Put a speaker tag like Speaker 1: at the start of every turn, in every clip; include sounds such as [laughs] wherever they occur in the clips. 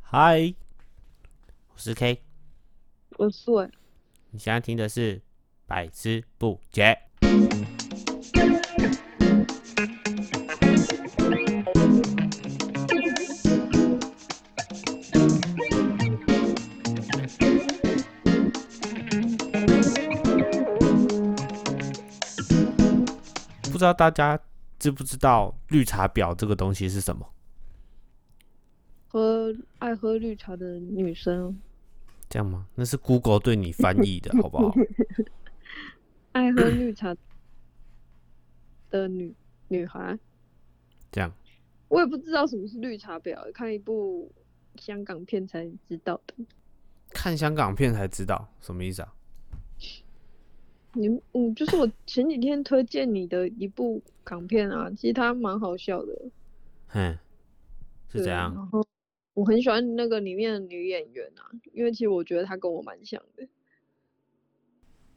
Speaker 1: 嗨，我是 K，
Speaker 2: 我做
Speaker 1: 你现在听的是《百思不解》。不知道大家知不知道绿茶婊这个东西是什么？
Speaker 2: 喝爱喝绿茶的女生，
Speaker 1: 这样吗？那是 Google 对你翻译的，好不好？
Speaker 2: 爱喝绿茶的女女孩，
Speaker 1: 这样。
Speaker 2: 我也不知道什么是绿茶婊，看一部香港片才知道的。
Speaker 1: 看香港片才知道什么意思啊？
Speaker 2: 你嗯，就是我前几天推荐你的一部港片啊，其实它蛮好笑的。
Speaker 1: 哼，是
Speaker 2: 对
Speaker 1: 怎样？
Speaker 2: 然后我很喜欢那个里面的女演员啊，因为其实我觉得她跟我蛮像的。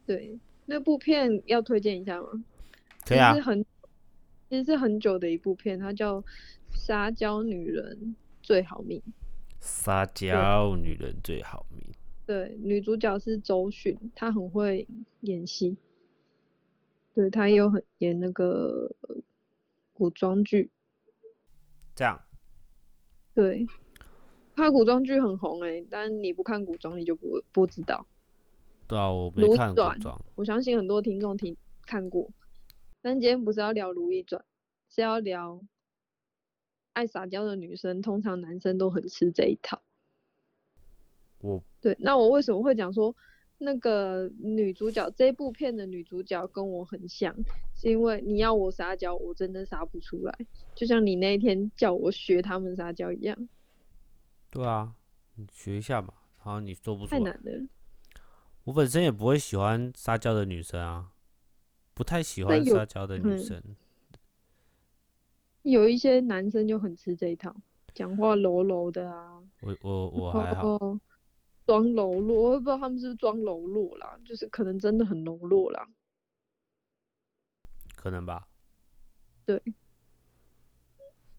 Speaker 2: 对，那部片要推荐一下吗？
Speaker 1: 可以啊
Speaker 2: 其实，很，其实是很久的一部片，它叫《撒娇女人最好命》。
Speaker 1: 撒娇女人最好命。
Speaker 2: 对，女主角是周迅，她很会演戏。对，她也有很演那个呃古装剧。
Speaker 1: 这样，
Speaker 2: 对，她古装剧很红哎、但你不看古装，你就不不知道。
Speaker 1: 对啊，我没
Speaker 2: 卢
Speaker 1: 看古
Speaker 2: 转
Speaker 1: 装，
Speaker 2: 我相信很多听众听看过，但今天不是要聊《如懿传》，是要聊爱撒娇的女生，通常男生都很吃这一套。
Speaker 1: 我
Speaker 2: 对，那我为什么会讲说那个女主角这部片的女主角跟我很像，是因为你要我撒娇，我真的撒不出来，就像你那一天叫我学他们撒娇一样，
Speaker 1: 对啊，你学一下嘛。好像你做不出
Speaker 2: 太
Speaker 1: 来
Speaker 2: 难，了。
Speaker 1: 我本身也不会喜欢撒娇的女生啊，不太喜
Speaker 2: 那
Speaker 1: 欢
Speaker 2: 有
Speaker 1: 撒娇的女
Speaker 2: 嗯
Speaker 1: 生。
Speaker 2: 有一些男生就很吃这一套，讲话柔柔的啊，
Speaker 1: 我我我还
Speaker 2: 然
Speaker 1: 好，
Speaker 2: 后装柔弱，我也不知道他们是不是装柔弱啦，就是可能真的很柔弱啦。
Speaker 1: 可能吧。
Speaker 2: 对，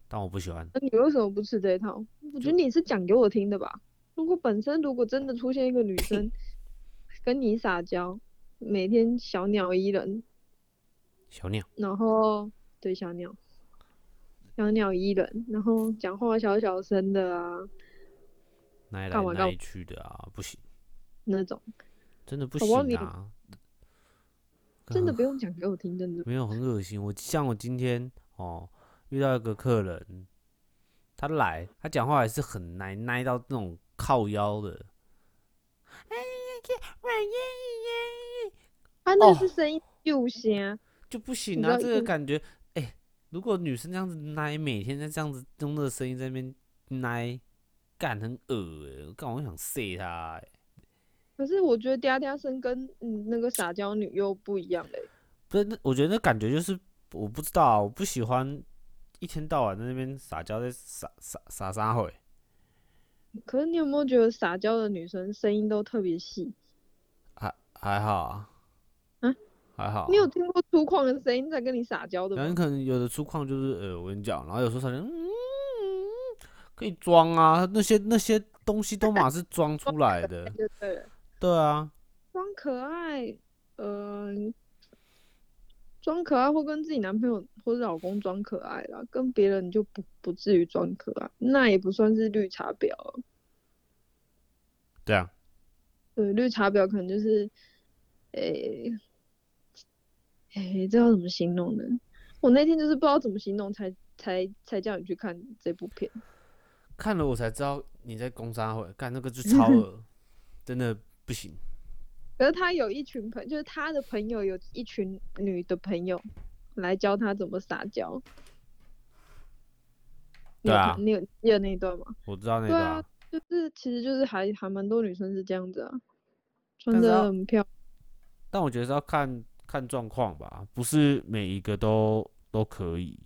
Speaker 1: 但我不喜欢。
Speaker 2: 那你为什么不吃这一套？我觉得你是讲给我听的吧。如果本身如果真的出现一个女生跟你撒娇，每天小鸟依人，
Speaker 1: 小鸟，
Speaker 2: 然后对小鸟，小鸟依人，然后讲话小小声的啊
Speaker 1: 哪里来
Speaker 2: 干嘛
Speaker 1: 哪
Speaker 2: 干
Speaker 1: 里去的啊？不行，
Speaker 2: 那种，
Speaker 1: 真的不
Speaker 2: 宝宝你
Speaker 1: 行啊！
Speaker 2: 真的
Speaker 1: 啊
Speaker 2: 不用讲给我听，真的。
Speaker 1: 没有很恶心。我像我今天哦，遇到一个客人，他来，他讲话还是很奶奶到那种靠腰的。哎
Speaker 2: 啊，那
Speaker 1: 哦
Speaker 2: 个是声音有些、
Speaker 1: 就不行
Speaker 2: 你知
Speaker 1: 啊，
Speaker 2: 道
Speaker 1: 这个
Speaker 2: 嗯
Speaker 1: 感觉，哎、如果女生这样子奶，每天在这样子用那个声音在那边奶，干很恶哎、我干我想射她、欸，
Speaker 2: 可是我觉得嗲嗲声跟嗯那个撒娇女又不一样嘞、
Speaker 1: 不是，那我觉得那感觉就是我不知道、啊，我不喜欢一天到晚在那边撒娇，在撒撒撒撒会，
Speaker 2: 可是你有没有觉得撒娇的女生声音都特别细？
Speaker 1: 还还好啊，
Speaker 2: 嗯，
Speaker 1: 还好啊、
Speaker 2: 你有听过粗犷的声音在跟你撒娇的
Speaker 1: 然后你
Speaker 2: 吗？
Speaker 1: 可能有的粗犷就是呃，我跟你讲，然后有时候才能嗯，可以装啊，那些那些东西都嘛是装出来
Speaker 2: [laughs]
Speaker 1: 的，
Speaker 2: 对对了，
Speaker 1: 对啊。
Speaker 2: 装可爱，呃，装可爱或跟自己男朋友或者老公装可爱啦，跟别人就不不至于装可爱，那也不算是绿茶婊哦了。
Speaker 1: 这样，
Speaker 2: 对，绿茶婊可能就是，诶、诶、这要怎么形容呢？我那天就是不知道怎么形容才，才才叫你去看这部片。
Speaker 1: 看了我才知道你在攻杀会，干那个就超
Speaker 2: [laughs]
Speaker 1: 恶，真的不行。
Speaker 2: 可是他有一群朋就是他的朋友有一群女的朋友来教他怎么撒娇。你
Speaker 1: 对
Speaker 2: 有
Speaker 1: 啊
Speaker 2: 看你有记得那一段吗？
Speaker 1: 我知道那
Speaker 2: 对
Speaker 1: 个、
Speaker 2: 啊就是其实就是还还蛮多女生是这样子啊，
Speaker 1: 但
Speaker 2: 穿
Speaker 1: 是
Speaker 2: 的
Speaker 1: 要
Speaker 2: 很漂亮。
Speaker 1: 但我觉得是要看看状况吧，不是每一个都都可以。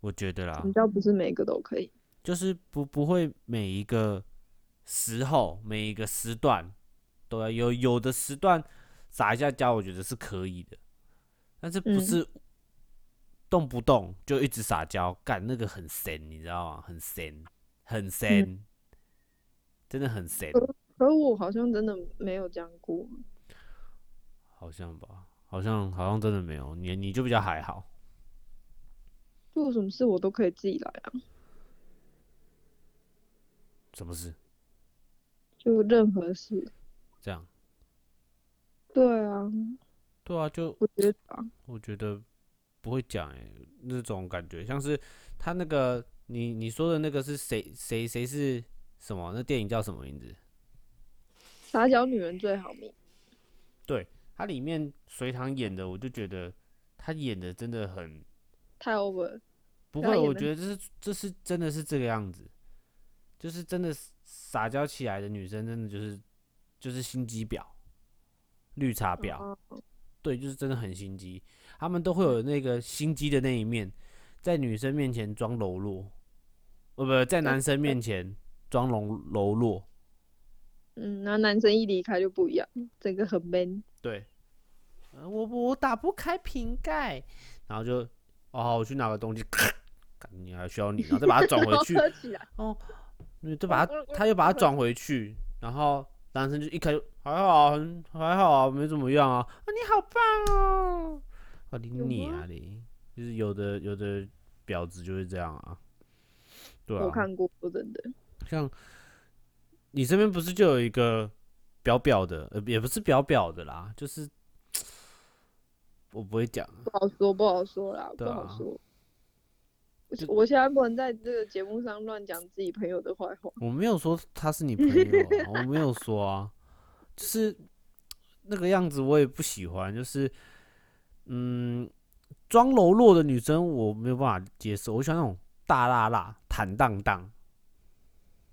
Speaker 1: 我觉得啦
Speaker 2: 你，知道不是每个都可以。
Speaker 1: 就是不不会每一个时候、每一个时段都要有有的时段撒一下娇，我觉得是可以的，但是不
Speaker 2: 嗯
Speaker 1: 是动不动就一直撒娇，干那个很神，你知道吗？很神，很神。真的很 sad，
Speaker 2: 可我好像真的没有讲过，
Speaker 1: 好像吧，好像好像真的没有，你你就比较还好，
Speaker 2: 做什么事我都可以自己来啊，
Speaker 1: 什么事？
Speaker 2: 就任何事。
Speaker 1: 这样，
Speaker 2: 对啊，
Speaker 1: 对啊，就
Speaker 2: 我觉得啊，
Speaker 1: 我觉得不会讲哎、那种感觉像是他那个你你说的那个是谁谁谁是什么？那电影叫什么名字？
Speaker 2: 撒娇女人最好命。
Speaker 1: 它里面隋唐演的，我就觉得他演的真的很
Speaker 2: 太 over 了
Speaker 1: 不
Speaker 2: 他
Speaker 1: 会，
Speaker 2: 啊演
Speaker 1: 我
Speaker 2: 得
Speaker 1: 觉得这是这是真的是这个样子，就是真的撒娇起来的女生，真的就是就是心机婊、绿茶婊，
Speaker 2: 哦
Speaker 1: 对，就是真的很心机。他们都会有那个心机的那一面，在女生面前装柔弱，呃，不，在男生面前装柔柔弱，
Speaker 2: 嗯，然后男生一离开就不一样，整个很 man。
Speaker 1: 对，呃我我打不开瓶盖，然后就哦，好我去拿个东西，干你还需要你，然后再把它转回 [laughs] 去，
Speaker 2: 喝 [laughs] 起来，
Speaker 1: 哦，你就把它，
Speaker 2: 我
Speaker 1: 他就把它转回去，然后男生就一开就还好啊，很还好啊，没怎么样啊，啊你好棒哦，我理
Speaker 2: 有
Speaker 1: 你啊
Speaker 2: 吗
Speaker 1: 你，就是有的有的婊子就是这样啊，对啊，
Speaker 2: 我看过，说真的，
Speaker 1: 像你身边不是就有一个表表的，呃，也不是表表的啦，就是我不会讲啊，
Speaker 2: 不好说，不好说啦，
Speaker 1: 对
Speaker 2: 不好
Speaker 1: 啊
Speaker 2: 说。我
Speaker 1: 就
Speaker 2: 我现在不能在这个节目上乱讲自己朋友的坏话。
Speaker 1: 我没有说他是你朋友、啊，我没有说啊，就是那个样子我也不喜欢，就是嗯，装柔弱的女生我没有办法接受，我喜欢那种大辣辣、坦荡荡，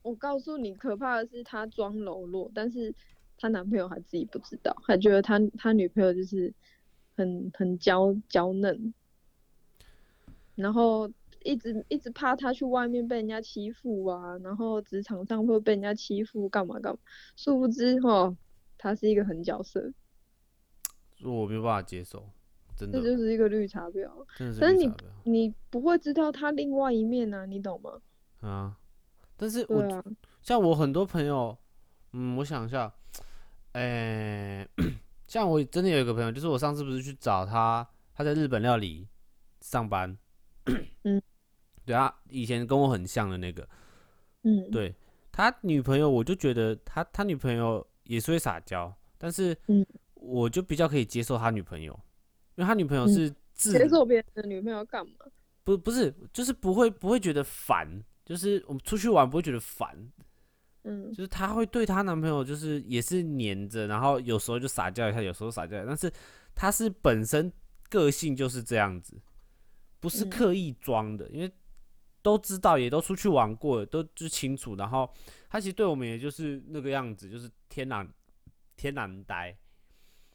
Speaker 2: 我告诉你，可怕的是她装柔弱，但是她男朋友还自己不知道，还觉得她她女朋友就是很很娇娇嫩，然后一直一直怕她去外面被人家欺负啊，然后职场上会被人家欺负干嘛干嘛，殊不知哈，她是一个狠角色，
Speaker 1: 我没有办法接受，真的
Speaker 2: 这，就是一个绿茶婊，
Speaker 1: 真的是
Speaker 2: 但是
Speaker 1: 绿茶
Speaker 2: 你不会知道她另外一面啊，你懂吗？
Speaker 1: 婊啊。但是我
Speaker 2: 对啊，
Speaker 1: 像我很多朋友，嗯，我想一下，呃、 [clears throat] 像我真的有一个朋友，就是我上次不是去找他，他在日本料理上班，
Speaker 2: 嗯，
Speaker 1: [clears throat] 对他以前跟我很像的那个，
Speaker 2: 嗯，
Speaker 1: 对他女朋友，我就觉得他他女朋友也是会撒娇，但是
Speaker 2: 嗯
Speaker 1: 我就比较可以接受他女朋友，因为他女朋友
Speaker 2: 嗯
Speaker 1: 是自
Speaker 2: 接受别人的女朋友干嘛？
Speaker 1: 不不是就是不会不会觉得烦，就是我们出去玩不会觉得烦，
Speaker 2: 嗯
Speaker 1: 就是她会对她男朋友就是也是黏着，然后有时候就撒娇一下，有时候撒娇一下，但是她是本身个性就是这样子，不是
Speaker 2: 嗯
Speaker 1: 刻意装的，因为都知道，也都出去玩过了，都就清楚。然后她其实对我们也就是那个样子，就是天然天然呆，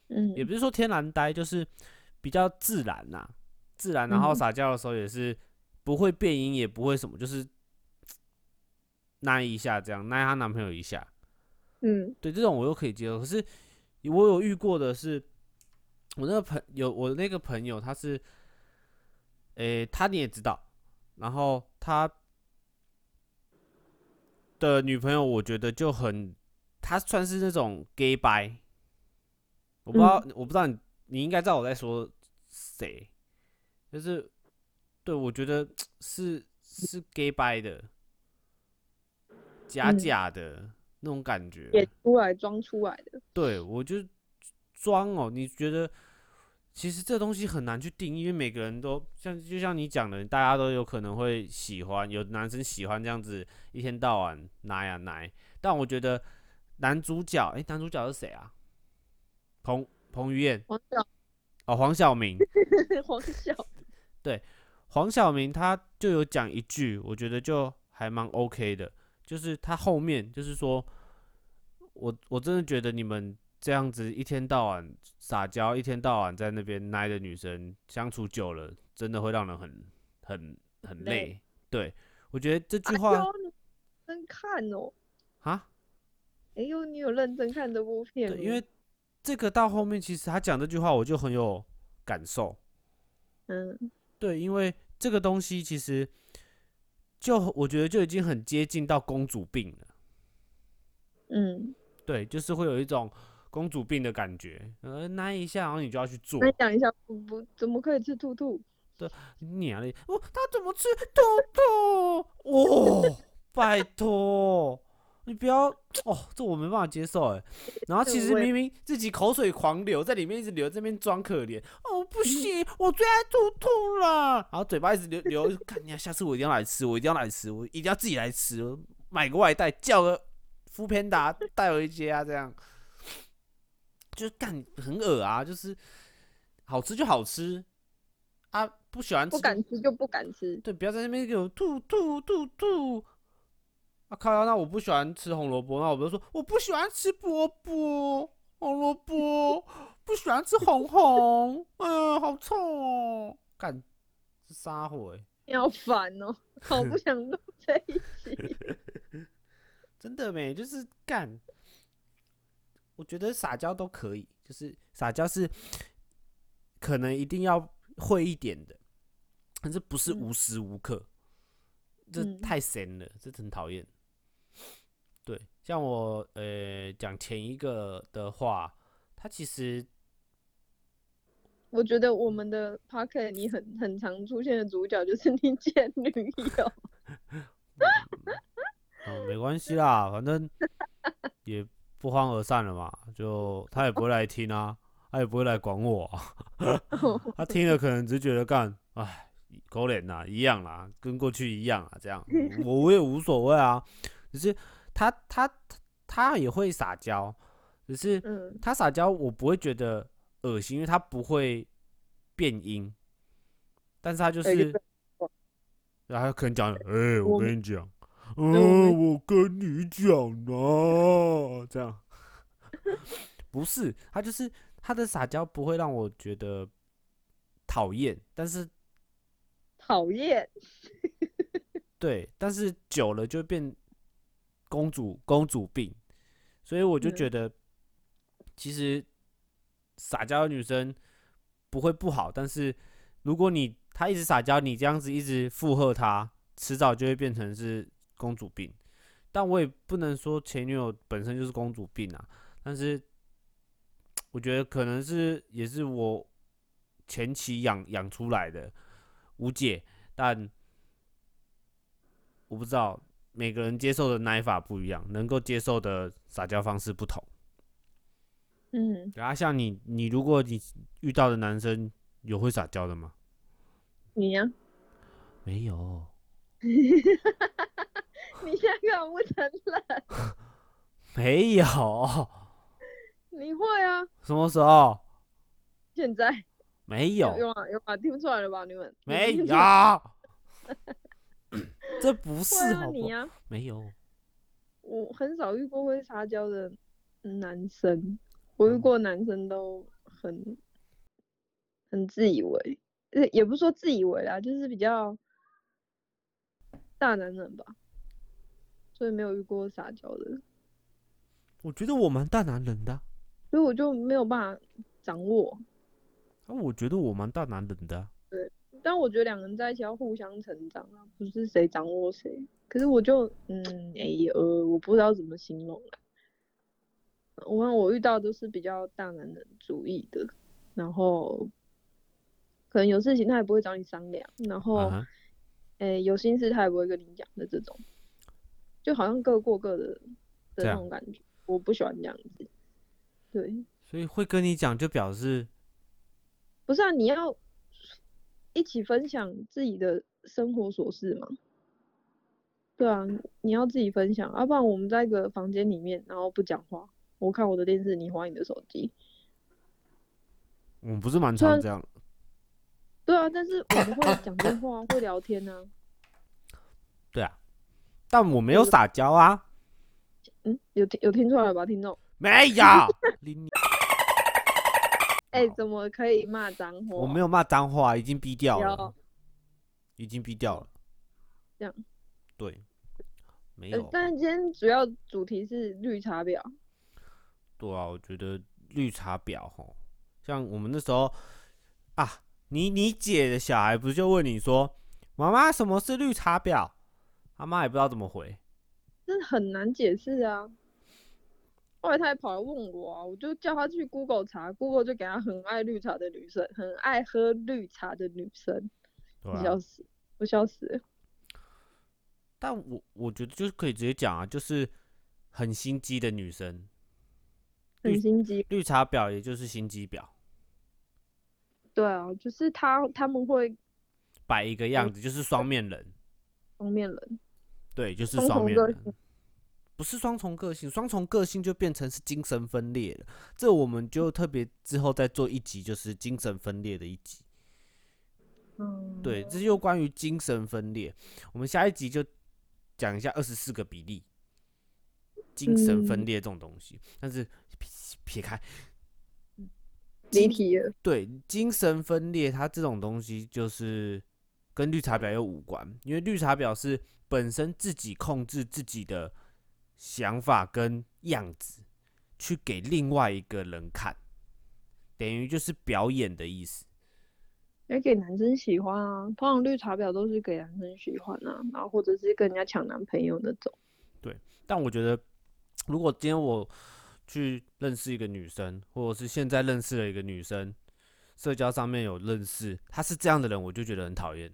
Speaker 2: 嗯，
Speaker 1: 也不是说天然呆，就是比较自然呐、自然。然后
Speaker 2: 嗯
Speaker 1: 撒娇的时候也是不会变音，也不会什么，就是那一下这样，那她男朋友一下。
Speaker 2: 嗯
Speaker 1: 对，这种我又可以接受。可是我有遇过的是，我那个朋有我那个朋友，他是，诶、他你也知道，然后他的女朋友，我觉得就很，他算是那种 gay 掰，我不知道，我不知道你，你应该知道我在说谁，就是，对我觉得是是 gay 掰的，假
Speaker 2: 嗯
Speaker 1: 假的。那种感觉，
Speaker 2: 演出来装出来的。
Speaker 1: 对，我就装哦。你觉得其实这东西很难去定义，因为每个人都像就像你讲的，大家都有可能会喜欢，有男生喜欢这样子一天到晚奶呀奶。但我觉得男主角，诶，男主角是谁啊？彭彭于晏
Speaker 2: 黄晓
Speaker 1: 哦，黄晓明。
Speaker 2: [laughs] 黄晓，
Speaker 1: 黄晓明他就有讲一句，我觉得就还蛮 OK 的，就是他后面就是说，我我真的觉得你们这样子一天到晚撒娇，一天到晚在那边奶的女生相处久了，真的会让人很很很
Speaker 2: 累
Speaker 1: 累。对，我觉得这句
Speaker 2: 哎
Speaker 1: 话
Speaker 2: 呦，你真看哦！
Speaker 1: 啊，
Speaker 2: 哎呦，你有认真看这部片吗？
Speaker 1: 对，因为这个到后面其实他讲这句话，我就很有感受。
Speaker 2: 嗯
Speaker 1: 对，因为这个东西其实就我觉得就已经很接近到公主病了。
Speaker 2: 嗯，
Speaker 1: 对，就是会有一种公主病的感觉，呃，那一下，然后你就要去做
Speaker 2: 那，你讲一下，不不，怎么可以吃兔兔？
Speaker 1: 你啊，我他怎么吃兔兔？哦，拜托，你不要哦，这我没办法接受哎。然后其实
Speaker 2: 我也
Speaker 1: 明明自己口水狂流，在里面一直流，这边装可怜哦，
Speaker 2: 嗯
Speaker 1: 不行，我最爱兔兔了。然后嘴巴一直流流， [laughs] 看你啊，下次我一定要来吃，我一定要来吃，我一定要自己来吃，我买个外带，叫个福片达带回家，这样就是干很恶啊，就是好吃就好吃啊，不喜欢吃
Speaker 2: 不
Speaker 1: 就
Speaker 2: 敢吃就不敢吃。
Speaker 1: 对，不要在那边给我吐吐吐吐。啊靠呀！那我不喜欢吃红萝卜，那我不是说我不喜欢吃波波红萝卜， [laughs] 不喜欢吃红红，嗯，好臭哦！干，这撒火欸
Speaker 2: 你好烦
Speaker 1: [laughs]
Speaker 2: 哦，好不想录这一集。
Speaker 1: 真的没，就是干。我觉得撒娇都可以，就是撒娇是可能一定要会一点的，可是不是
Speaker 2: 嗯
Speaker 1: 无时无刻，这
Speaker 2: 嗯
Speaker 1: 太神了，这很讨厌。对，像我呃讲前一个的话，他其实
Speaker 2: 我觉得我们的 p o c k e t 你很很常出现的主角就是你前女
Speaker 1: [laughs]
Speaker 2: 友，
Speaker 1: 嗯，没关系啦，反正也不欢而散了嘛，就他也不会来听啊，他也不会来管我啊、
Speaker 2: 哦
Speaker 1: 他听了可能只是觉得干，哎，狗脸呐、一样啦，跟过去一样啊，这样我我也无所谓啊，只是他他他也会撒娇，只是
Speaker 2: 嗯
Speaker 1: 他撒娇我不会觉得恶心，因为他不会变音，但是他就
Speaker 2: 对就是
Speaker 1: 然后他可能讲，哎、我
Speaker 2: 我
Speaker 1: 跟你讲，
Speaker 2: 我
Speaker 1: 嗯，我跟你讲啊，这样， [laughs] 不是，他就是他的撒娇不会让我觉得讨厌，但是
Speaker 2: 讨厌，
Speaker 1: 对，但是久了就变公主公主病，所以我就
Speaker 2: 嗯
Speaker 1: 觉得，其实撒娇的女生不会不好，但是如果你她一直撒娇，你这样子一直附和她，迟早就会变成是公主病。但我也不能说前女友本身就是公主病啊，但是我觉得可能是也是我前期养养出来的无解，但我不知道每个人接受的奶法不一样，能够接受的撒娇方式不同。
Speaker 2: 嗯，
Speaker 1: 然后、像你，你如果你遇到的男生有会撒娇的吗？
Speaker 2: 你呀、
Speaker 1: 没有，
Speaker 2: [laughs] 你现在干嘛不承认？
Speaker 1: 没有， [laughs]
Speaker 2: 你会啊，
Speaker 1: 什么时候？
Speaker 2: 现在
Speaker 1: 没
Speaker 2: 有
Speaker 1: 有，
Speaker 2: 有啊有啊，听不出来了吧？你们
Speaker 1: 没
Speaker 2: 你们听啊
Speaker 1: 有 [laughs]
Speaker 2: 不出来，
Speaker 1: 这不是
Speaker 2: 会啊
Speaker 1: 好不
Speaker 2: 你
Speaker 1: 好？
Speaker 2: 呀、
Speaker 1: 没有，
Speaker 2: 我很少遇过会撒娇的男生，我
Speaker 1: 嗯
Speaker 2: 遇过男生都很很自以为，呃也不是说自以为啦，就是比较大男人吧，所以没有遇过撒娇的，
Speaker 1: 我觉得我蛮大男人的啊，
Speaker 2: 所以我就没有办法掌握。
Speaker 1: 啊我觉得我蛮大男人的啊。
Speaker 2: 但我觉得两个人在一起要互相成长啊，不是谁掌握谁。可是我就嗯，哎、呃，我不知道怎么形容了。我看我遇到都是比较大男人主义的，然后可能有事情他也不会找你商量，然后
Speaker 1: 啊
Speaker 2: 哎、
Speaker 1: 哈
Speaker 2: 诶有心事他也不会跟你讲的这种，就好像各过各的
Speaker 1: 这
Speaker 2: 的那
Speaker 1: 样
Speaker 2: 种感觉。我不喜欢这样子。对，
Speaker 1: 所以会跟你讲，就表示
Speaker 2: 不是啊，你要一起分享自己的生活琐事嘛？对啊，你要自己分享，啊要、不然我们在一个房间里面，然后不讲话，我看我的电视，你划你的手机。
Speaker 1: 我们不是蛮
Speaker 2: 虽
Speaker 1: 常
Speaker 2: 然
Speaker 1: 这样。
Speaker 2: 对啊，但是我们会讲电话，会聊天啊。
Speaker 1: 对啊，但我没有撒娇啊，
Speaker 2: 嗯，有听有听出来吧，听众？
Speaker 1: 没有。你你
Speaker 2: 哎、
Speaker 1: 好
Speaker 2: 怎么可以骂脏话？
Speaker 1: 我没有骂脏话，已经逼掉了
Speaker 2: 有，
Speaker 1: 已经逼掉了。
Speaker 2: 这样。
Speaker 1: 对，没
Speaker 2: 呃
Speaker 1: 有。
Speaker 2: 但今天主要主题是绿茶婊。
Speaker 1: 对啊，我觉得绿茶婊吼，像我们那时候啊，你你姐的小孩不是就问你说，妈妈什么是绿茶婊？他妈也不知道怎么回。
Speaker 2: 真的很难解释啊。后来他还跑来问我啊，我就叫他去 Google 查，Google 就给他很爱绿茶的女生，很爱喝绿茶的女生，
Speaker 1: 对
Speaker 2: 我
Speaker 1: 啊
Speaker 2: 笑死，我笑死了。
Speaker 1: 但我我觉得就是可以直接讲啊，就是很心机的女生，绿
Speaker 2: 很心机。
Speaker 1: 绿茶婊也就是心机婊，
Speaker 2: 对啊，就是他他们会
Speaker 1: 摆一个样
Speaker 2: 嗯
Speaker 1: 子就是双面人，
Speaker 2: 双面人，
Speaker 1: 对，就是
Speaker 2: 双
Speaker 1: 双
Speaker 2: 重
Speaker 1: 面
Speaker 2: 个
Speaker 1: 人，不是双重个性，双重个性就变成是精神分裂了。这我们就特别之后再做一集，就是精神分裂的一集。
Speaker 2: 嗯，
Speaker 1: 对，这就关于精神分裂。我们下一集就讲一下二十四个比例，精神分
Speaker 2: 嗯
Speaker 1: 裂这种东西。但是撇撇开，
Speaker 2: 离题了。
Speaker 1: 对精神分裂，它这种东西就是跟绿茶婊又无关，因为绿茶婊是本身自己控制自己的想法跟样子，去给另外一个人看，等于就是表演的意思。
Speaker 2: 也给男生喜欢啊，通常绿茶婊都是给男生喜欢啊，然后或者是跟人家抢男朋友那种。
Speaker 1: 但我觉得，如果今天我去认识一个女生，或者是现在认识了一个女生，社交上面有认识，她是这样的人，我就觉得很讨厌。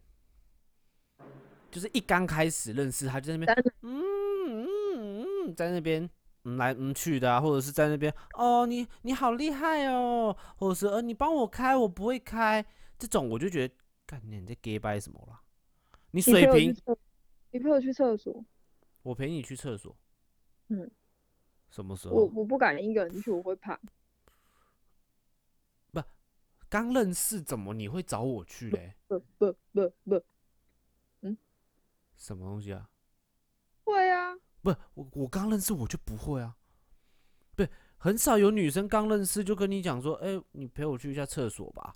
Speaker 1: 就是一刚开始认识，她就在那边，嗯嗯嗯，在那边。嗯，来嗯去的啊，或者是在那边哦，你你好厉害哦，或者是呃你帮我开，我不会开，这种我就觉得，干你你在 gay 掰什么啦？你
Speaker 2: 你陪
Speaker 1: 水
Speaker 2: 我去
Speaker 1: 平，
Speaker 2: 厕，你陪我去厕所，
Speaker 1: 我陪你去厕所，
Speaker 2: 嗯，
Speaker 1: 什么时候？
Speaker 2: 我我不敢一个人去，我会怕。
Speaker 1: 刚认识怎么你会找我去嘞？
Speaker 2: 不不不不，
Speaker 1: 什么东西啊？
Speaker 2: 会啊，
Speaker 1: 不，我我刚认识我就不会啊。对，很少有女生刚认识就跟你讲说，哎、你陪我去一下厕所吧。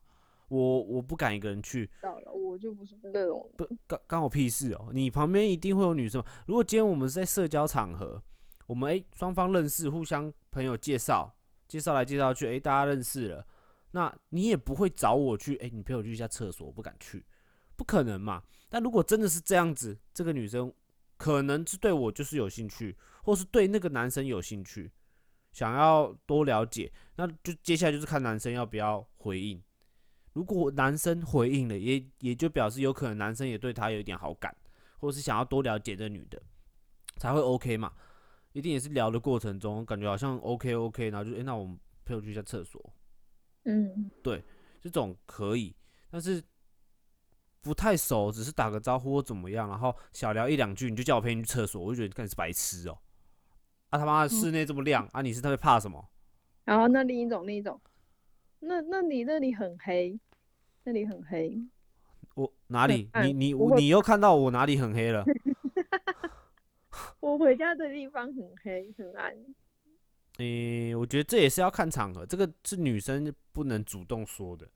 Speaker 1: 我我不敢一个人去，
Speaker 2: 到了我就不是那种
Speaker 1: 不干干我屁事哦。你旁边一定会有女生嘛。如果今天我们是在社交场合，我们哎双、方认识，互相朋友介绍，介绍来介绍去，哎、大家认识了，那你也不会找我去，哎、你陪我去一下厕所，我不敢去，不可能嘛。但如果真的是这样子，这个女生可能是对我就是有兴趣，或是对那个男生有兴趣，想要多了解，那就接下来就是看男生要不要回应。如果男生回应了，也也就表示有可能男生也对她有一点好感，或是想要多了解这女的，才会 OK 嘛。一定也是聊的过程中，感觉好像 OK OK，然后就诶、那我们陪我去一下厕所，
Speaker 2: 嗯，
Speaker 1: 这种可以，但是不太熟，只是打个招呼或怎么样，然后小聊一两句，你就叫我陪你去厕所，我就觉得干你是白痴哦、啊他妈的室内这么亮啊，你是特别怕什么？
Speaker 2: 然后那另一种另一种，那那你那里很黑，那里很黑，
Speaker 1: 我哪里？
Speaker 2: 嗯
Speaker 1: 你你
Speaker 2: 不会
Speaker 1: 你又看到我哪里很黑了？
Speaker 2: 我回家的地方很黑很暗。
Speaker 1: 诶、我觉得这也是要看场合，这个是女生不能主动说的，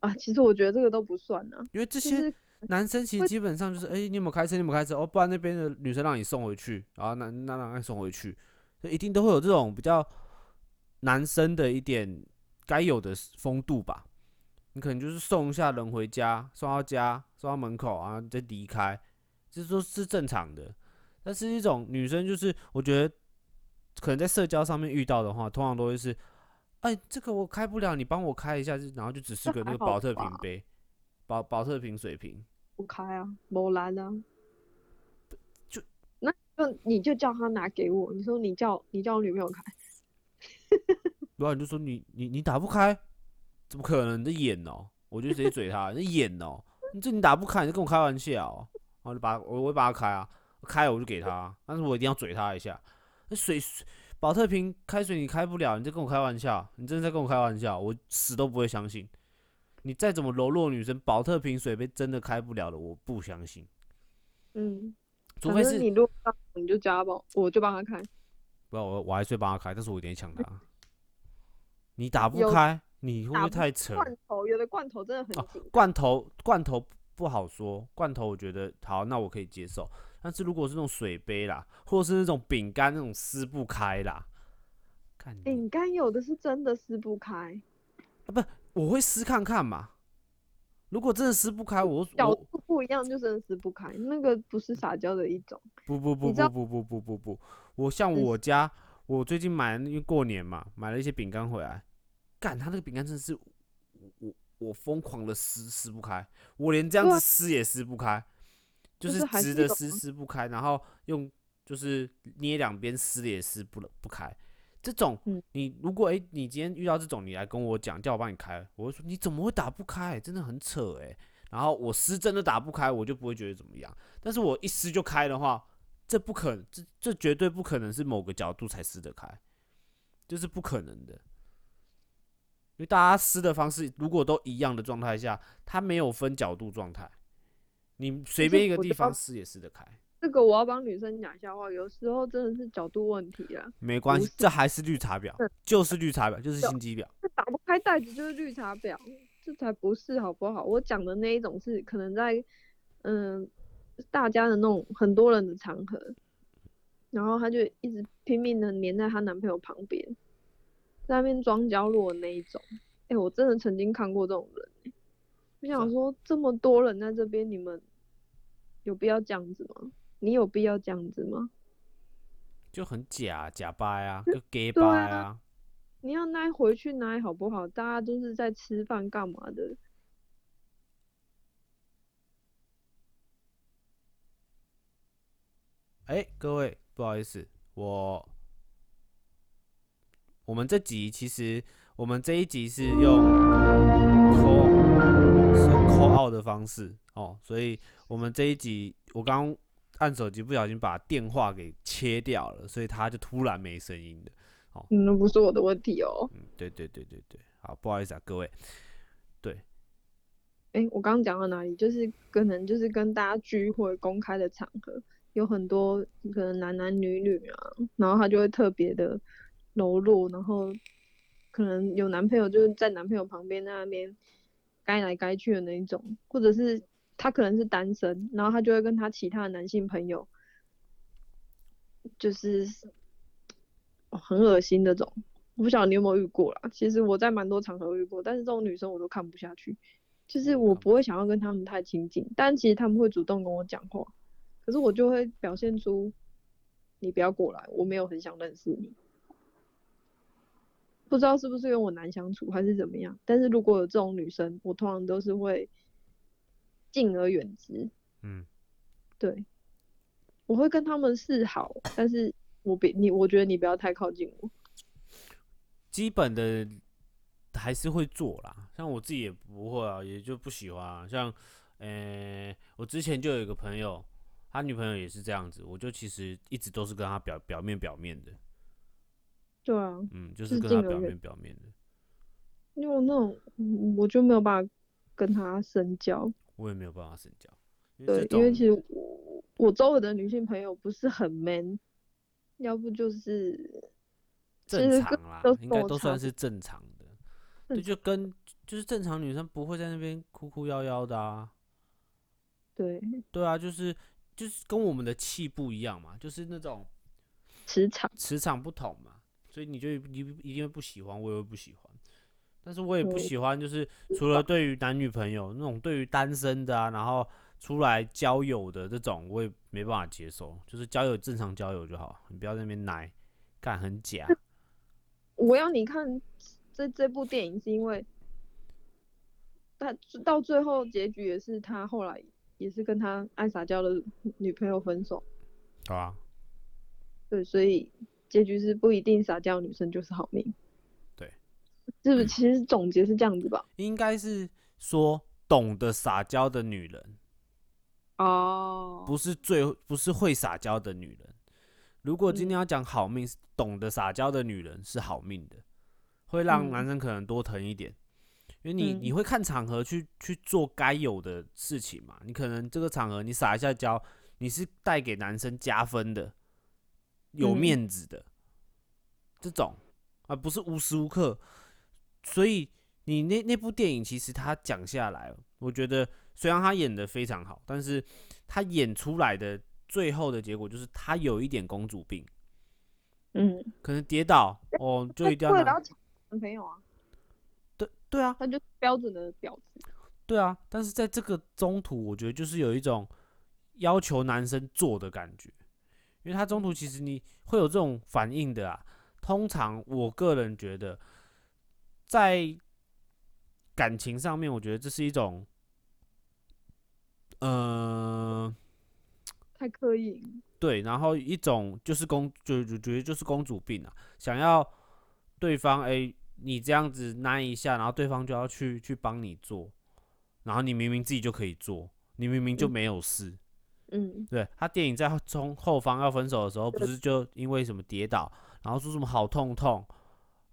Speaker 2: 啊，其实我觉得这个都不算啊，
Speaker 1: 因为这
Speaker 2: 就
Speaker 1: 些
Speaker 2: 是
Speaker 1: 男生其实基本上就是，诶、你有没有开车？你有没有开车？哦，不然那边的女生让你送回去，然后那那让你送回去，所以一定都会有这种比较男生的一点该有的风度吧。你可能就是送一下人回家，送到家，送到门口啊，再离开，这都是正常的。但是一种女生就是，我觉得可能在社交上面遇到的话，通常都会是，哎，这个我开不了，你帮我开一下，就然后就只是
Speaker 2: 这
Speaker 1: 个那
Speaker 2: 还
Speaker 1: 个
Speaker 2: 好
Speaker 1: 保特瓶
Speaker 2: 吧
Speaker 1: 杯，保保特瓶水瓶。
Speaker 2: 不开啊，某蓝啊，
Speaker 1: 就
Speaker 2: 那就你就叫他拿给我，你说你叫你叫我女朋友开，
Speaker 1: 然后你就说你你你打不开，怎么可能？你在演哦！我就直接嘴他，你在演哦！你这你打不开，你在跟我开玩笑、哦。然后就把我我会把它开啊，开了我就给他啊，但是我一定要嘴他一下。那水水保特瓶开水你开不了，你在跟我开玩笑，你真的在跟我开玩笑，我死都不会相信。你再怎么柔弱的女生，保特瓶水杯真的开不了的，我不相信。
Speaker 2: 嗯，
Speaker 1: 除
Speaker 2: 反
Speaker 1: 非
Speaker 2: 正
Speaker 1: 是
Speaker 2: 你如果不让我你就叫他帮我，我就帮他开，
Speaker 1: 不要我我还是会帮他开，但是我一定会抢
Speaker 2: [laughs]
Speaker 1: 他。啊你打不
Speaker 2: 有
Speaker 1: 开，你会不
Speaker 2: 打
Speaker 1: 会
Speaker 2: 不
Speaker 1: 太扯？
Speaker 2: 罐头有的罐头真的
Speaker 1: 哦
Speaker 2: 很紧，
Speaker 1: 罐头罐头不好说，罐头我觉得好，那我可以接受。但是如果是那种水杯啦，或者是那种饼干那种撕不开啦，看你、
Speaker 2: 饼干有的是真的撕不开，
Speaker 1: 我会撕看看嘛。如果真的撕不开，我
Speaker 2: 角
Speaker 1: 我
Speaker 2: 度不一样就真的撕不开，那个不是撒娇的一种，
Speaker 1: 不不不
Speaker 2: 你知道
Speaker 1: 不不不不不不，我像
Speaker 2: 嗯
Speaker 1: 我家，我最近买，因为过年嘛，买了一些饼干回来，干，他那个饼干真的是我我疯狂的撕撕不开，我连这样
Speaker 2: 对
Speaker 1: 子
Speaker 2: 啊
Speaker 1: 撕也撕不开，就
Speaker 2: 就是
Speaker 1: 是
Speaker 2: 还
Speaker 1: 直
Speaker 2: 是啊
Speaker 1: 的
Speaker 2: 一种
Speaker 1: 撕撕不开，然后用就是捏两边撕也撕不了不开。这种
Speaker 2: 嗯，
Speaker 1: 你如果诶、你今天遇到这种，你来跟我讲，叫我帮你开，我会说你怎么会打不开？真的很扯诶、然后我撕真的打不开，我就不会觉得怎么样。但是我一撕就开的话，这不可能，这这绝对不可能是某个角度才撕得开，这是不可能的。因为大家撕的方式如果都一样的状态下，它没有分角度状态，你随
Speaker 2: 可是
Speaker 1: 便一个
Speaker 2: 我觉
Speaker 1: 地
Speaker 2: 得
Speaker 1: 方撕也撕得开，
Speaker 2: 这个我要帮女生讲一下话，有时候真的是角度问题啊，
Speaker 1: 没关
Speaker 2: 不
Speaker 1: 系，这还是绿茶婊
Speaker 2: 是，
Speaker 1: 就是绿茶婊，就是
Speaker 2: 就
Speaker 1: 心机婊。
Speaker 2: 那打不开袋子就是绿茶婊，这才不是好不好？我讲的那一种是可能在嗯大家的那种很多人的场合，然后她就一直拼命的黏在她男朋友旁边，在那边装娇弱的那一种。哎、我真的曾经看过这种人、欸我想说这么多人在这边，你们有必要这样子吗？你有必要这样子吗？
Speaker 1: 就很假假掰啊，就 gay 掰
Speaker 2: 对啊
Speaker 1: 啊，
Speaker 2: 你要拿回去拿好不好？大家都是在吃饭干嘛的？
Speaker 1: 哎、各位，不好意思，我我们这集其实我们这一集是用 call 是用 call out 的方式哦，所以我们这一集我刚按手机不小心把电话给切掉了，所以它就突然没声音的。
Speaker 2: 嗯，那不是我的问题哦。
Speaker 1: 嗯，对对对对对，好，不好意思啊，各位，
Speaker 2: 哎，我刚刚讲到哪里？就是可能就是跟大家聚会公开的场合，有很多可能男男女女啊，然后他就会特别的柔弱，然后可能有男朋友就是在男朋友旁边在那边该来该去的那一种，或者是他可能是单身，然后他就会跟他其他的男性朋友，就是哦很恶心那种。我不晓得你有没有遇过啦，其实我在蛮多场合遇过，但是这种女生我都看不下去。就是我不会想要跟他们太亲近，但其实他们会主动跟我讲话，可是我就会表现出你不要过来，我没有很想认识你。不知道是不是因为我难相处还是怎么样，但是如果有这种女生，我通常都是会敬而远之。
Speaker 1: 嗯，
Speaker 2: 对，我会跟他们示好，但是我别你，我觉得你不要太靠近我。
Speaker 1: 基本的还是会做啦，像我自己也不会啊，也就不喜欢、啊。像，呃，我之前就有一个朋友，他女朋友也是这样子，我就其实一直都是跟他表表面表面的，
Speaker 2: 对啊，
Speaker 1: 嗯，就是
Speaker 2: 是
Speaker 1: 跟他
Speaker 2: 敬而
Speaker 1: 表
Speaker 2: 远
Speaker 1: 面表面的，
Speaker 2: 因为我那种嗯我就没有办法跟他深交。
Speaker 1: 我也没有办法深交。因为
Speaker 2: 对
Speaker 1: 这，
Speaker 2: 因为
Speaker 1: 种
Speaker 2: 其实我我周围的女性朋友不是很 man，要不就是其
Speaker 1: 正
Speaker 2: 实
Speaker 1: 常
Speaker 2: 跟
Speaker 1: 啦
Speaker 2: 都，
Speaker 1: 应该
Speaker 2: 手
Speaker 1: 都算
Speaker 2: 长
Speaker 1: 是正常的。
Speaker 2: 正
Speaker 1: 对，就跟就是正常女生不会在那边哭哭夭夭的啊。
Speaker 2: 对
Speaker 1: 对啊，就是就是跟我们的气不一样嘛，就是那种
Speaker 2: 磁场，
Speaker 1: 磁场不同嘛，所以你就一一定会不喜欢，我也会不喜欢。但是我也不
Speaker 2: 嗯
Speaker 1: 喜欢，就是除了对于男女朋友那种，对于单身的啊，然后出来交友的这种，我也没办法接受。就是交友正常交友就好，你不要在那边奶，干很假。
Speaker 2: 我要你看这这部电影是因为，但到最后结局也是他后来也是跟他爱撒娇的女朋友分手，
Speaker 1: 好啊，
Speaker 2: 对，所以结局是不一定撒娇的女生就是好命，
Speaker 1: 对，
Speaker 2: 是不是？其实总结是这样子吧？
Speaker 1: 应该是说懂得撒娇的女人，
Speaker 2: 哦，
Speaker 1: 不是最不是会撒娇的女人。如果今
Speaker 2: 嗯
Speaker 1: 天要讲好命，懂得撒娇的女人是好命的，会让
Speaker 2: 嗯
Speaker 1: 男生可能多疼一点，因为你
Speaker 2: 嗯
Speaker 1: 你会看场合去去做该有的事情嘛。你可能这个场合你撒一下娇，你是带给男生加分的，有
Speaker 2: 嗯
Speaker 1: 面子的、这种，而不是无时无刻。所以你那那部电影其实他讲下来，我觉得虽然他演的非常好，但是他演出来的最后的结果就是他有一点公主病，
Speaker 2: 嗯，
Speaker 1: 可能跌倒哦，就一定
Speaker 2: [laughs] 会
Speaker 1: 要拿
Speaker 2: 然后抢男朋友啊，
Speaker 1: 对对啊，
Speaker 2: 他就是标准的婊子。
Speaker 1: 对啊。但是在这个中途，我觉得就是有一种要求男生做的感觉，因为他中途其实你会有这种反应的啊。通常我个人觉得，在感情上面，我觉得这是一种，呃，
Speaker 2: 太刻意，
Speaker 1: 对，然后一种就是公，就就觉得就是公主病啊，想要对方哎、你这样子拉一下，然后对方就要去去帮你做，然后你明明自己就可以做，你明明就
Speaker 2: 嗯
Speaker 1: 没有事，
Speaker 2: 嗯，
Speaker 1: 对他电影在后从后方要分手的时候，不是就因为什么跌倒，然后说什么好痛痛，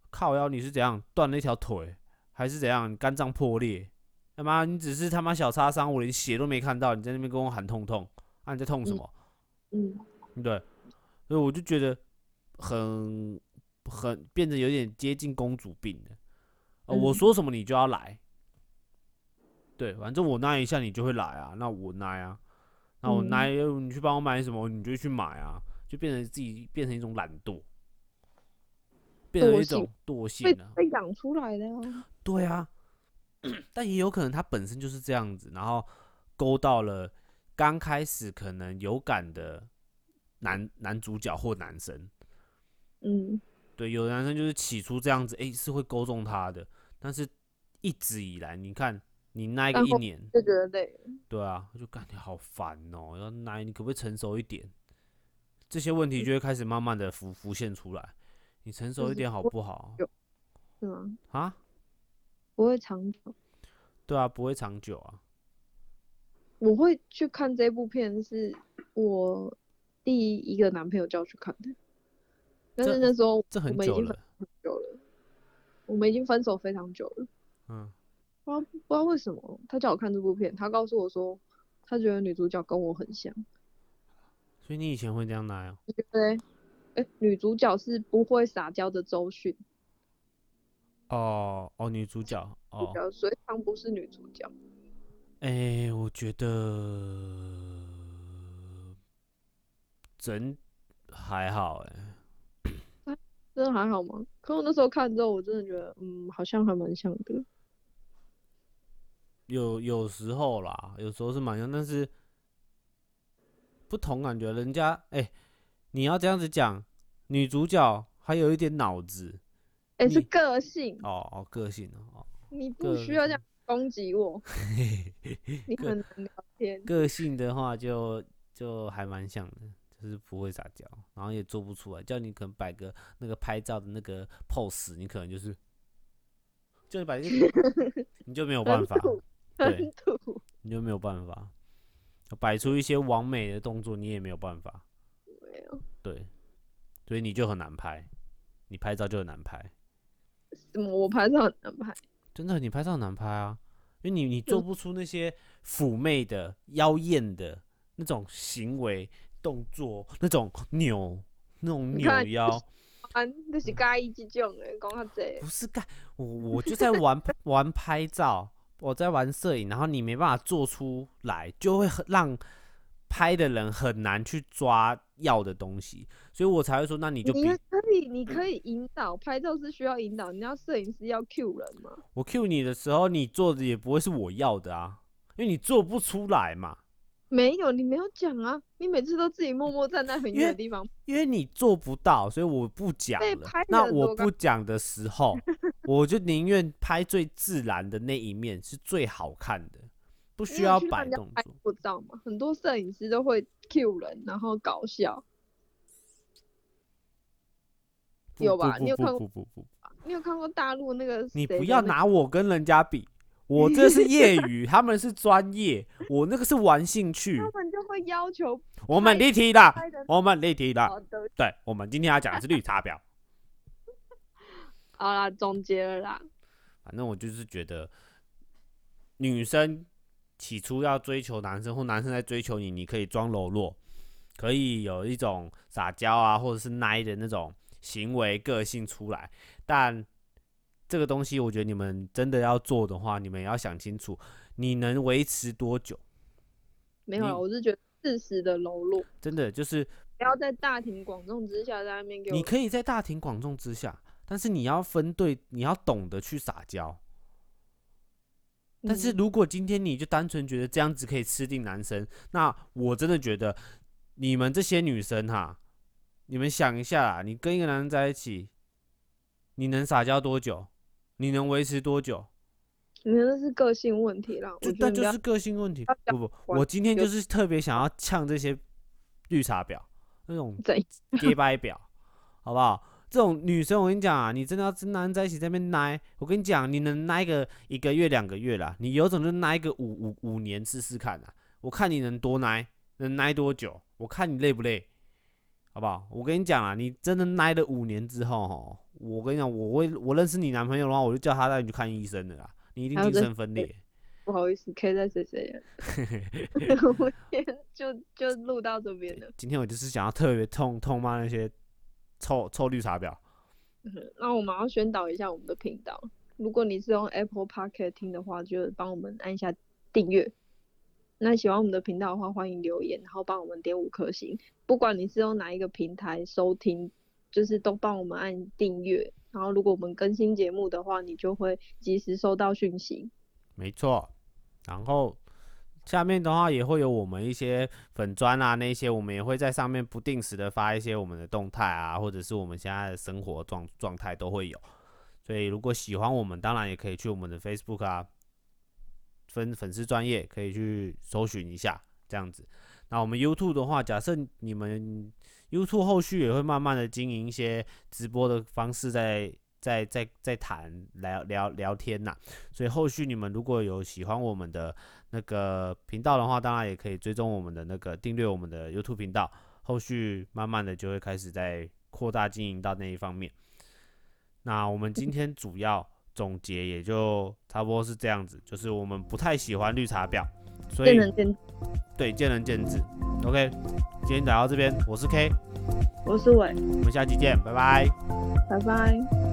Speaker 1: 靠腰你是怎样断了一条腿，还是怎样肝脏破裂？他妈你只是他妈小擦伤，我连血都没看到，你在那边跟我喊痛痛，啊你在痛什
Speaker 2: 嗯
Speaker 1: 么？
Speaker 2: 嗯，
Speaker 1: 对，所以我就觉得很很变得有点接近公主病了。呃，我
Speaker 2: 嗯
Speaker 1: 说什么你就要来，对，反正我那一下你就会来啊，那我来啊，那我
Speaker 2: 嗯
Speaker 1: 来，呃你去帮我买什么你就去买啊，就变成自己变成一种懒惰，变成
Speaker 2: 惰
Speaker 1: 一
Speaker 2: 性
Speaker 1: 种惰
Speaker 2: 被
Speaker 1: 性啊，
Speaker 2: 被养出来的啊，
Speaker 1: [laughs] 对啊，但也有可能他本身就是这样子，然后勾到了刚开始可能有感的男男主角或男生。
Speaker 2: 嗯
Speaker 1: 对，有的男生就是起初这样子，诶，是会勾中他的，但是一直以来，你看你那个
Speaker 2: 但
Speaker 1: 一
Speaker 2: 后
Speaker 1: 年，
Speaker 2: 就觉得累了，
Speaker 1: 对啊，就感觉好烦哦、要奶，你可不可以成熟一点？这些
Speaker 2: 嗯
Speaker 1: 问题就会开始慢慢的浮浮现出来，你成熟
Speaker 2: 就
Speaker 1: 一
Speaker 2: 是
Speaker 1: 点好
Speaker 2: 不
Speaker 1: 不好
Speaker 2: 嗯有是吗？
Speaker 1: 啊？
Speaker 2: 不会长久。
Speaker 1: 对啊，不会长久啊。
Speaker 2: 我会去看这部片，是我第一个男朋友叫我去看的，但
Speaker 1: 这
Speaker 2: 是那时候
Speaker 1: 这
Speaker 2: 我
Speaker 1: 很
Speaker 2: 们已
Speaker 1: 久
Speaker 2: 经
Speaker 1: 了，
Speaker 2: 很久了，我们已经分手非常久了。
Speaker 1: 嗯，
Speaker 2: 不知道不知道为什么，他叫我看这部片，他告诉我说，他觉得女主角跟我很像。
Speaker 1: 所以你以前会这样奶哦、
Speaker 2: 对，哎，女主角是不会撒娇的周迅，
Speaker 1: 哦哦，女主角
Speaker 2: 主
Speaker 1: 哦，
Speaker 2: 角啊所以她不是女主角。
Speaker 1: 哎、我觉得真还好哎、
Speaker 2: 真的还好吗？可我那时候看之后，我真的觉得，嗯，好像还蛮像的。
Speaker 1: 有有时候啦，有时候是蛮像，但是不同感觉。人家哎、你要这样子讲，女主角还有一点脑子
Speaker 2: 哎，是
Speaker 1: 你
Speaker 2: 个性，
Speaker 1: 哦哦，个性哦，
Speaker 2: 你
Speaker 1: 个
Speaker 2: 不需要这样攻击
Speaker 1: [laughs]
Speaker 2: 我，你
Speaker 1: 个
Speaker 2: 很难聊天。
Speaker 1: 个性的话就就还蛮像的，就是不会撒娇，然后也做不出来。叫你可能摆个那个拍照的那个 pose，你可能就是叫你摆这个，你就没有办
Speaker 2: 很
Speaker 1: 法，
Speaker 2: 土，
Speaker 1: 对
Speaker 2: 很土。
Speaker 1: 你就没有办法摆出一些完美的动作，你也没有办法。
Speaker 2: 没有
Speaker 1: 对，所以你就很难拍，你拍照就很难拍，
Speaker 2: 什么，我拍照很难拍。
Speaker 1: 真的，你拍照很难拍啊，因为你你
Speaker 2: 就
Speaker 1: 做不出那些妩媚的、妖艳的那种行为、动作，那种扭、那种
Speaker 2: 你
Speaker 1: 扭
Speaker 2: 看
Speaker 1: 腰，
Speaker 2: 啊，那是介意这种的，讲较济
Speaker 1: 不。是干我我就在玩玩拍照，我在玩摄影，然后你没办法做出来，就会很让。拍的人很难去抓要的东西，所以我才会说，那你就
Speaker 2: 你
Speaker 1: 比嗯
Speaker 2: 可以，你可以引导，拍照是需要引导，你要摄影师要 cue 人嘛。
Speaker 1: 我 Q 你的时候，你做的也不会是我要的啊，因为你做不出来嘛，
Speaker 2: 没有，你没有讲啊！你每次都自己默默站在很
Speaker 1: 因
Speaker 2: 远
Speaker 1: 为
Speaker 2: 的地方，
Speaker 1: 因为你做不到，所以我不讲
Speaker 2: 被
Speaker 1: 了
Speaker 2: 拍。
Speaker 1: 那
Speaker 2: 的
Speaker 1: 我
Speaker 2: 多
Speaker 1: 不讲的时候，我就宁愿拍最自然的那一面是最好看的，不
Speaker 2: 你
Speaker 1: 需
Speaker 2: 有
Speaker 1: 要
Speaker 2: 去让
Speaker 1: 摆
Speaker 2: 人家
Speaker 1: 动
Speaker 2: 拍
Speaker 1: 作。
Speaker 2: 过照嘛。很多摄影师都会 cue 人，然后搞笑。
Speaker 1: 不
Speaker 2: 有
Speaker 1: 不
Speaker 2: 吧
Speaker 1: 不
Speaker 2: 你有
Speaker 1: 不
Speaker 2: 看
Speaker 1: 不不不，
Speaker 2: 你有看过大陆那个
Speaker 1: 你
Speaker 2: 谁
Speaker 1: 不
Speaker 2: 的
Speaker 1: 要
Speaker 2: 那
Speaker 1: 拿我跟人家比，我这是业余，他们是专业，我那个是玩兴趣
Speaker 2: 他。们就会要求
Speaker 1: 我们
Speaker 2: 拍
Speaker 1: 立体啦，
Speaker 2: 拍的
Speaker 1: 啊我啊们立体啦
Speaker 2: 好。的。
Speaker 1: 对，我们今天要讲的是绿茶婊。
Speaker 2: 好啦，总结了啦，
Speaker 1: 反啊正我就是觉得，女生起初要追求男生，或男生在追求你，你可以装柔弱，可以有一种撒娇啊，或者是奶的那种行为个性出来。但这个东西，我觉得你们真的要做的话，你们也要想清楚，你能维持多久？
Speaker 2: 没有啦，
Speaker 1: 你
Speaker 2: 我是觉得适时的柔弱，
Speaker 1: 真的就是
Speaker 2: 不要在大庭广众之下在那边给我
Speaker 1: 你可以在大庭广众之下，但是你要分对，你要懂得去撒娇。但是
Speaker 2: 嗯
Speaker 1: 如果今天你就单纯觉得这样子可以吃定男生，那我真的觉得你们这些女生哈，你们想一下啦，你跟一个男人在一起，你能撒娇多久？你能维持多久？
Speaker 2: 你那是个性问题啦，
Speaker 1: 就
Speaker 2: 我觉
Speaker 1: 那
Speaker 2: 得你不
Speaker 1: 就
Speaker 2: 要
Speaker 1: 是个性问题
Speaker 2: 不。要
Speaker 1: 不不，
Speaker 2: 管
Speaker 1: 我今天
Speaker 2: 有
Speaker 1: 就是特别想要呛这些绿茶婊，那种
Speaker 2: 怎样
Speaker 1: gay 掰婊，好不好？这种女生，我跟你讲啊，你真的要跟男人在一起在那边奶，我跟你讲，你能奶个一个月两个月啦，你有种就奶个五五五年试试看啊，我看你能多奶，能奶多久，我看你累不累，好不好？我跟你讲啊，你真的奶了五年之后哦，我跟你讲，我会我认识你男朋友的话，我就叫他带你去看医生的啦，你一定
Speaker 2: 还有
Speaker 1: 精
Speaker 2: 这
Speaker 1: 神分裂。
Speaker 2: 不好意思，K 在
Speaker 1: [laughs]
Speaker 2: 谁谁了， [laughs] 我今天就就录到这边了。
Speaker 1: 今天我就是想要特别痛痛骂那些臭臭绿茶婊。
Speaker 2: 嗯那我们要宣导一下我们的频道，如果你是用 Apple Podcast 听的话，就帮我们按一下订阅。那喜欢我们的频道的话，欢迎留言，然后帮我们点五颗星。不管你是用哪一个平台收听，就是都帮我们按订阅。然后如果我们更新节目的话，你就会及时收到讯息。
Speaker 1: 没错。然后下面的话也会有我们一些粉砖啊，那些我们也会在上面不定时的发一些我们的动态啊，或者是我们现在的生活状状态都会有。所以如果喜欢我们，当然也可以去我们的 Facebook 啊，粉粉丝专业可以去搜寻一下这样子。那我们 YouTube 的话，假设你们 YouTube 后续也会慢慢的经营一些直播的方式在，在在在谈聊聊聊天呐、所以后续你们如果有喜欢我们的那个频道的话，当然也可以追踪我们的那个订阅我们的 YouTube 频道。后续慢慢的就会开始在扩大经营到那一方面。那我们今天主要总结也就差不多是这样子，就是我们不太喜欢绿茶婊，所
Speaker 2: 见
Speaker 1: 以
Speaker 2: 仁见智，
Speaker 1: 对见仁见智。OK，今天聊到这边，我是 K，
Speaker 2: 我是伟，
Speaker 1: 我们下期见，拜拜。
Speaker 2: 拜拜。